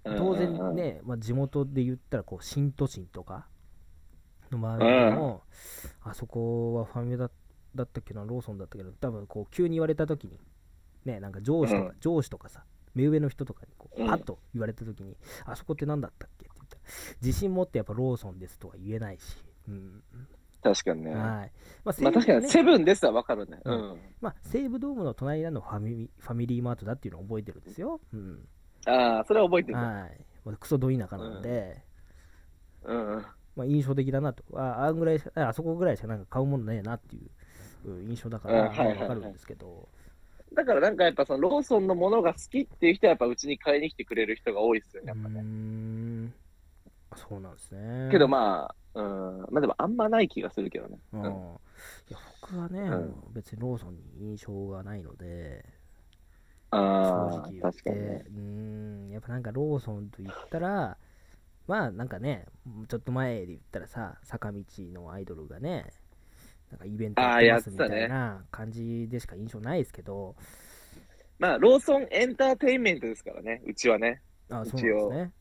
Speaker 1: 当然
Speaker 2: うんうんうん。
Speaker 1: ね、まあ、地元で言ったらこう新都心とかの周りでも、あそこはファミマだだったっけなローソンだったけど多分こう急に言われた時にねなんか上司とか、
Speaker 2: うん
Speaker 1: 上司とかさ目上の人とかにこう
Speaker 2: うん
Speaker 1: パッと言われた時に、あそこって何だったっけって言ったら自信持ってやっぱローソンですとは言えないし、うん、
Speaker 2: 確かにね。ま
Speaker 1: はい。まあ、西
Speaker 2: あ
Speaker 1: 武
Speaker 2: 確かに、
Speaker 1: ね
Speaker 2: セブンですはわかるね。
Speaker 1: う
Speaker 2: うんん。
Speaker 1: まあ、西武ドームの隣なのファミリーファミリーマートだっていうのを覚えてるんですよ。うん。
Speaker 2: ああ、それは覚えてる。
Speaker 1: はい。まあ、クソど田舎なので、
Speaker 2: うんうん。
Speaker 1: まあ、印象的だなと。ああんぐらいしかああそこぐらいしかなんか買うものないなっていううん印象だから、
Speaker 2: うんはいはいはい
Speaker 1: わかるんですけど。
Speaker 2: だからなんかやっぱそのローソンのものが好きっていう人はやっぱうちに買いに来てくれる人が多いですよね、やっぱ
Speaker 1: うー
Speaker 2: ね。
Speaker 1: ん。そうなんですね。
Speaker 2: けどまあ、うん、まあでもあんまない気がするけどね。
Speaker 1: うん、
Speaker 2: ん
Speaker 1: いや僕はね、
Speaker 2: ん
Speaker 1: あの別にローソンに印象がないので、
Speaker 2: あ
Speaker 1: 正直言
Speaker 2: あ、
Speaker 1: っ
Speaker 2: 確かにね
Speaker 1: て。、うーん、やっぱなんかローソンと言ったら、まあなんかね、ちょっと前で言ったらさ、坂道のアイドルがね、なんかイベントやってますみ
Speaker 2: あーやってたね
Speaker 1: たいな感じでしか印象ないですけど、
Speaker 2: まあ、ローソンエンターテインメントですからね、うちはね。
Speaker 1: あ
Speaker 2: 一
Speaker 1: そうなんです
Speaker 2: 応
Speaker 1: ね。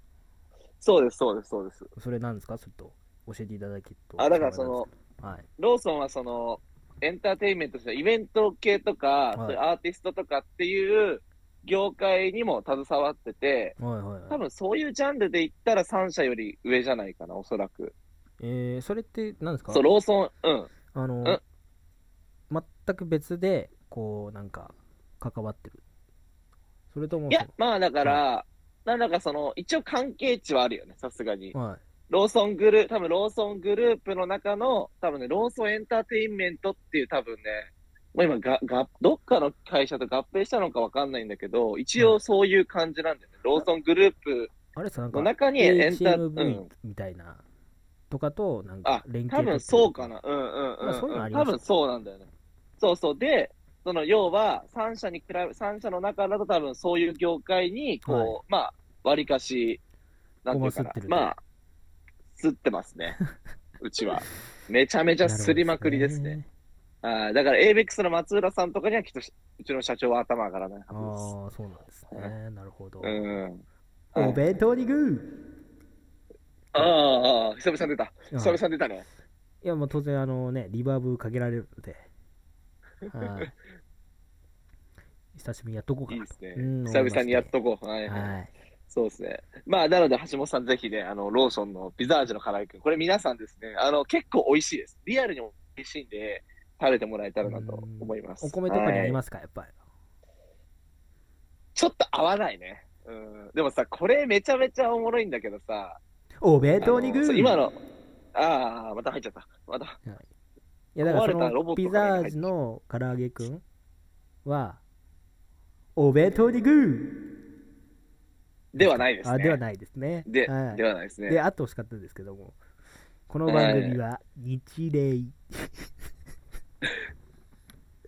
Speaker 2: そうです、そうです、そうです。
Speaker 1: それなんですか、ちょっと教えていただけると。
Speaker 2: あだからその
Speaker 1: 幸いなんです
Speaker 2: ローソンはその、エンターテインメントとしてイベント系とか、
Speaker 1: い
Speaker 2: そういうアーティストとかっていう業界にも携わってて、
Speaker 1: けど、はい、はいはいはい
Speaker 2: 多分そういうジャンルで言ったら3社より上じゃないかな、おそらく。
Speaker 1: えーそれって何ですか
Speaker 2: そう、ローソン、うん。
Speaker 1: あの
Speaker 2: ん、
Speaker 1: 全く別で、こう、なんか、関わってる。それとも
Speaker 2: い
Speaker 1: その、
Speaker 2: や、まあだから、なんだかその、一応関係値はあるよね、さすがに。
Speaker 1: はい。
Speaker 2: ローソングループ、多分ローソングループの中の、多分ね、ローソンエンターテインメントっていう多分ね、もう今が、が、どっかの会社と合併したのかわかんないんだけど、一応そういう感じなんだよね。ローソングループ
Speaker 1: あれさ、なんか
Speaker 2: の、中にエンター、う
Speaker 1: HMV
Speaker 2: ん。
Speaker 1: みたいなとかとなん
Speaker 2: あ
Speaker 1: か連携
Speaker 2: 多分そうかな。うんうんうん、
Speaker 1: まあそういうのありま
Speaker 2: 多
Speaker 1: すよ
Speaker 2: 分そうなんだよね。そうそう。で、その要は、3社に比べ、三社の中だと多分そういう業界に、こう、
Speaker 1: はい
Speaker 2: まあ、割りかし、なんていうか
Speaker 1: ごま吸
Speaker 2: な
Speaker 1: ってる。
Speaker 2: まあ、吸ってま すね。うちは。めちゃめちゃ吸りまくりですね。あーだから、エイベックスの松浦さんとかにはきっとし、うちの社長は頭上がらない
Speaker 1: ああー
Speaker 2: は
Speaker 1: そうなんですねなるほど
Speaker 2: ずです。うん。
Speaker 1: お弁当にグー
Speaker 2: あーあー、久々に出た。久
Speaker 1: はい
Speaker 2: 々に出たね。
Speaker 1: いやもう当然あのねリバーブかけられるのではい久しぶりにやっとこうか
Speaker 2: いい
Speaker 1: な
Speaker 2: で
Speaker 1: と
Speaker 2: すね。
Speaker 1: うん
Speaker 2: 久々にやっとこう。は
Speaker 1: 思
Speaker 2: い
Speaker 1: い
Speaker 2: は
Speaker 1: まし
Speaker 2: い
Speaker 1: て。はい
Speaker 2: そうですね。まあ、なので、橋本さん、ぜひね、あの、ローソンのビザージュの唐揚げくん、これ皆さんですね、あの、結構美味しいです。リアルに美味しいんで、食べてもらえたらなと思います。
Speaker 1: お米とかに合い
Speaker 2: はい
Speaker 1: ますかやっぱり
Speaker 2: ちょっと合わないね。うん。でもさ、これめちゃめちゃおもろいんだけどさ、
Speaker 1: お弁当に
Speaker 2: あ
Speaker 1: グ
Speaker 2: のそ
Speaker 1: ー
Speaker 2: う今の、ああ、また入っちゃった。また。
Speaker 1: いやだからそ
Speaker 2: 壊れたロボ
Speaker 1: の
Speaker 2: ット
Speaker 1: ピ
Speaker 2: とか
Speaker 1: ザ
Speaker 2: に入って
Speaker 1: 味の唐揚げくんはお弁当にグー
Speaker 2: ではないですね。。
Speaker 1: あではいないですね。
Speaker 2: で、
Speaker 1: はい、
Speaker 2: ではないですね。
Speaker 1: であってほしかったんですけども、この番組は日霊、い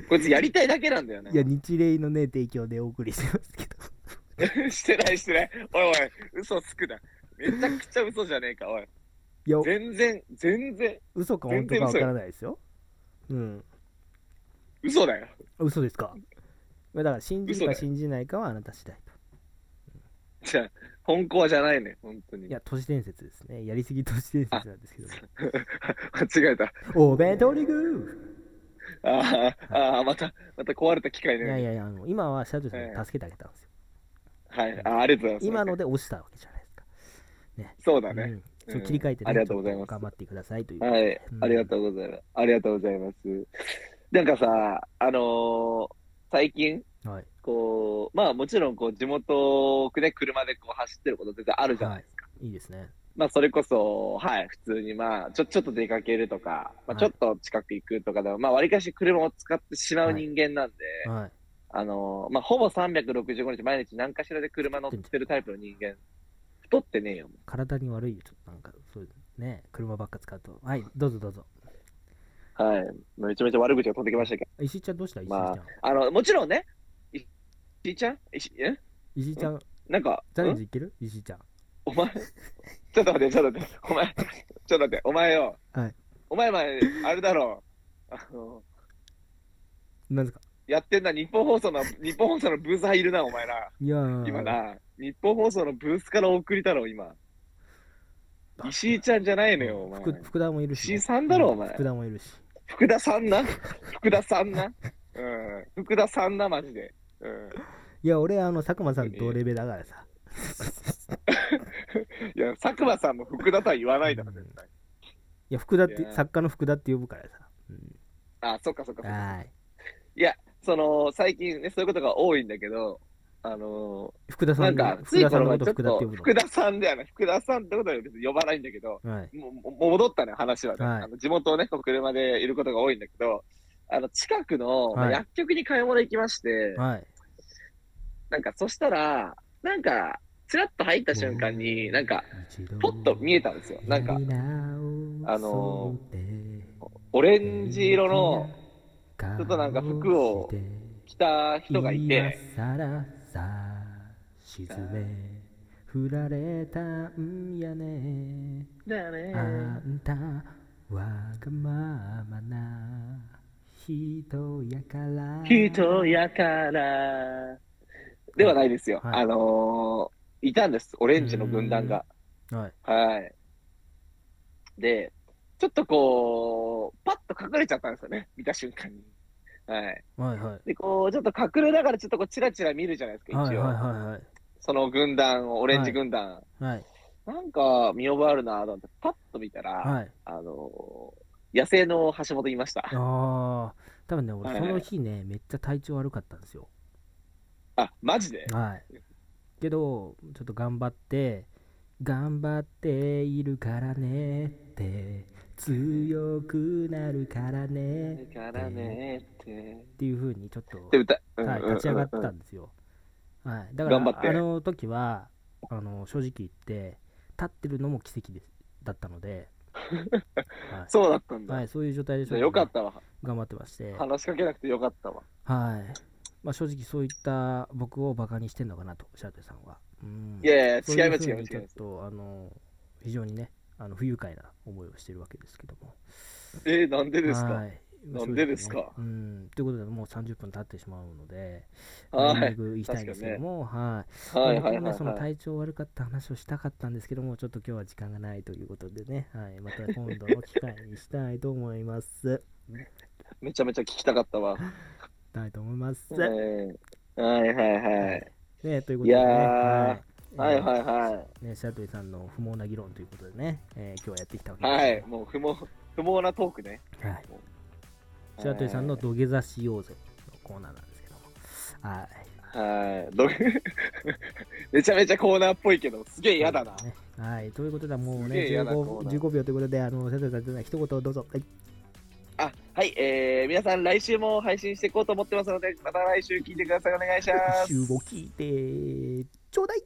Speaker 2: こいつやりたいだけなんだよね。
Speaker 1: や、日霊のね、提供でお送りしてますけど、
Speaker 2: してないしてない。おいおい、嘘つくな。めちゃくちゃ嘘じゃねえか、おい。
Speaker 1: いや、
Speaker 2: 全然、全然、
Speaker 1: 嘘か本当かわからないですよ。うん、
Speaker 2: 嘘だよ。
Speaker 1: 嘘ですか。まあだから、信じ
Speaker 2: 嘘
Speaker 1: るか
Speaker 2: だよ
Speaker 1: 信じないかはあなた次第と。
Speaker 2: じゃあ、本校じゃないね、本当に。
Speaker 1: いや、都市伝説ですね。やりすぎ都市伝説なんですけども。
Speaker 2: 間違えた。
Speaker 1: お弁当にグ
Speaker 2: あーあー、また、また壊れた機械
Speaker 1: いやい
Speaker 2: ね。
Speaker 1: やいや、あの今は社長さんに
Speaker 2: ええ
Speaker 1: 助けてあげたんですよ。
Speaker 2: はい。あーありがとうございます。
Speaker 1: 今ので落ちたわけじゃないですか。
Speaker 2: そうだね。
Speaker 1: うん、そう切り替えて、ね
Speaker 2: ありがとうござい
Speaker 1: ち
Speaker 2: ます
Speaker 1: ょっ頑張ってくださいという。
Speaker 2: はい。
Speaker 1: うん
Speaker 2: ありがとうございます。ありがとうございます。なんかさ、あのー最近、
Speaker 1: はい。
Speaker 2: こう、まあもちろん、こう、地元をね、車でこう走ってること全然あるじゃない
Speaker 1: はい。いいですね。
Speaker 2: まあ、それこそ、はい、普通に、まあ、ちょ、ちょっと出かけるとか、
Speaker 1: は
Speaker 2: ま
Speaker 1: い
Speaker 2: あ、ちょっと近く行くとかでも、まあ、わりかし車を使ってしまう人間なんで、
Speaker 1: はい。
Speaker 2: あのーまあ、ほぼ365日毎日何かしらで車乗ってるタイプの人間、太ってねえよ。
Speaker 1: 体に悪いよ、ちょっとなんか、そういうね、車ばっか使うと。はい、どうぞどうぞ。
Speaker 2: はい。めちゃめちゃ悪口が飛んできましたけ
Speaker 1: 石井ちゃんどうした石井ちゃん。
Speaker 2: まど、あの、もちろんね、い石井ちゃん石、え
Speaker 1: 石井ちゃん、
Speaker 2: なんか、
Speaker 1: チャレン
Speaker 2: ん
Speaker 1: ジいける石井ちゃん。
Speaker 2: お前、ちょっと待って、ちょっと待って、お前、ちょっと待って、お前よ、
Speaker 1: はい
Speaker 2: お前前、あれだろう、あの
Speaker 1: なんですか
Speaker 2: やってんな、日本放送の、日本放送のブース入るな、お前ら。
Speaker 1: いやー
Speaker 2: 今な、日本放送のブースから送りたろ、今。石井ちゃんじゃないのよ、お前。
Speaker 1: 福福田もいるし、
Speaker 2: 石井さんだろお前
Speaker 1: 福田もいるし。
Speaker 2: 福田さんな福田さんなうん。福田さんな、マジで。うん。
Speaker 1: いや、俺、あの、佐久間さん同レベルだからさ。
Speaker 2: いや、佐久間さんも福田とは言わないだろ、絶対。
Speaker 1: いや、福田っ
Speaker 2: い
Speaker 1: て
Speaker 2: や、ー
Speaker 1: 作家の福田って呼ぶからさ。うん
Speaker 2: あ、そっかそっかそっか。
Speaker 1: はい。
Speaker 2: その、最近ね、そういうことが多いんだけど、あの
Speaker 1: 福田
Speaker 2: ー、
Speaker 1: さ
Speaker 2: なんん
Speaker 1: の
Speaker 2: か、つ
Speaker 1: 福
Speaker 2: い
Speaker 1: 田
Speaker 2: こ
Speaker 1: さんの
Speaker 2: の前
Speaker 1: こ
Speaker 2: ち
Speaker 1: と
Speaker 2: ょっ
Speaker 1: 福田って
Speaker 2: と
Speaker 1: 呼ぶ、の。
Speaker 2: 福田さんではない、福田さんってことは別に呼ばないんだけど、
Speaker 1: はい。
Speaker 2: もも戻ったね、話はね。
Speaker 1: はい
Speaker 2: あの地元をね、こう車でいることが多いんだけど、あの近くの、まあ
Speaker 1: はい
Speaker 2: 薬局に買い物行きまして、
Speaker 1: はい。
Speaker 2: なんかそしたら、なんか、ちらっと入った瞬間に、なんか、、ポッと見えたんですよ。なんか、
Speaker 1: あ
Speaker 2: あのオレンジ色の
Speaker 1: ち
Speaker 2: ょっとなんか服を着た人がいて、
Speaker 1: 今さらさ沈め振られたんやね
Speaker 2: だね
Speaker 1: あんたわがままな人やから
Speaker 2: 人やから、ではないですよ。
Speaker 1: はい
Speaker 2: あのーいたんです、オレンジの軍団が。
Speaker 1: はい
Speaker 2: はい。で、ちょっとこう、パッと隠れちゃったんですよね、見た瞬間に。はい。
Speaker 1: はいはい
Speaker 2: で、こう、ちょっと隠れながら、ちょっとこう、チラチラ見るじゃないですか、
Speaker 1: はいはい
Speaker 2: 一応。
Speaker 1: は
Speaker 2: その軍団を、オレンジ軍団。
Speaker 1: いはい
Speaker 2: なんか、見覚えあるなと思って、パッと見たら、
Speaker 1: はい
Speaker 2: あのー野生の橋本いました。
Speaker 1: ああ多分ね
Speaker 2: は
Speaker 1: 俺
Speaker 2: い
Speaker 1: そ
Speaker 2: はい
Speaker 1: の日ねめっちゃ体調悪かったんですよ
Speaker 2: あ、マジで
Speaker 1: はい。けど、ちょっと頑張って、頑張っているからねって、強くなるからね
Speaker 2: だからねって。
Speaker 1: っていう風にちょっ
Speaker 2: で、
Speaker 1: と、
Speaker 2: 歌、うん
Speaker 1: はい、
Speaker 2: うんうんうん
Speaker 1: 立ち上がったんですよ。はい、だから
Speaker 2: 頑張って
Speaker 1: あの時はあの正直言って立ってるのも奇跡ですだったの で、は
Speaker 2: そうだったん
Speaker 1: い
Speaker 2: だ。
Speaker 1: はい、そういう状態でし
Speaker 2: じ
Speaker 1: ょう
Speaker 2: ゃ
Speaker 1: ね
Speaker 2: あよかったわ。
Speaker 1: 頑張ってまして、はい
Speaker 2: 話しかけなくてよかったわ。
Speaker 1: まあ、正直そういった僕をバカにしてんのかなとシャーテさんは。うん
Speaker 2: いやい
Speaker 1: そう
Speaker 2: や、違
Speaker 1: い
Speaker 2: いうます、
Speaker 1: ふ
Speaker 2: 違いうま
Speaker 1: に
Speaker 2: す、
Speaker 1: ち
Speaker 2: 違
Speaker 1: ょ
Speaker 2: い
Speaker 1: っ
Speaker 2: ます。
Speaker 1: とあの非常にねあの不愉快な思いをしてるわけですけども。
Speaker 2: えーなんでですか
Speaker 1: い
Speaker 2: なんでですか
Speaker 1: まあそうねうん、ということでもう30分経ってしまうので、
Speaker 2: は
Speaker 1: エンディ
Speaker 2: い
Speaker 1: ン。グいきたいんですけども、はい。まあ
Speaker 2: はいはい
Speaker 1: 僕
Speaker 2: はい、
Speaker 1: はその
Speaker 2: はい。
Speaker 1: 体調悪かった話をしたかったんですけども、ちょっと今日は時間がないということでね、はい、また今度の機会にしたいと思います。
Speaker 2: めちゃめちゃ聞きた かったわ。
Speaker 1: したいと思います。
Speaker 2: えーはいはいはい。
Speaker 1: ね、ということでね、
Speaker 2: いや
Speaker 1: い
Speaker 2: はいはいいは
Speaker 1: えー。ね、シャトリさんの不毛な議論ということでね、えー今日はやってきたわけ
Speaker 2: い。はい。もう不毛、不毛なトークね。
Speaker 1: す。はい。白鳥さんの土下座しようぜのコーナーなんですけども。はい。
Speaker 2: はい。ど めちゃめちゃコーナーっぽいけど、すげえ嫌だな。
Speaker 1: ねはい。ということで、もう
Speaker 2: す
Speaker 1: ね
Speaker 2: げえ嫌なコー
Speaker 1: 15、
Speaker 2: ナー
Speaker 1: 15秒ということで、あの、白鳥さん、どうぞ一言どうぞ。はい。
Speaker 2: あ、はい。えー、皆さん来週も配信していこうと思ってますので、また来週聞いてください。お願いします。
Speaker 1: 集合聞いて、ちょうだい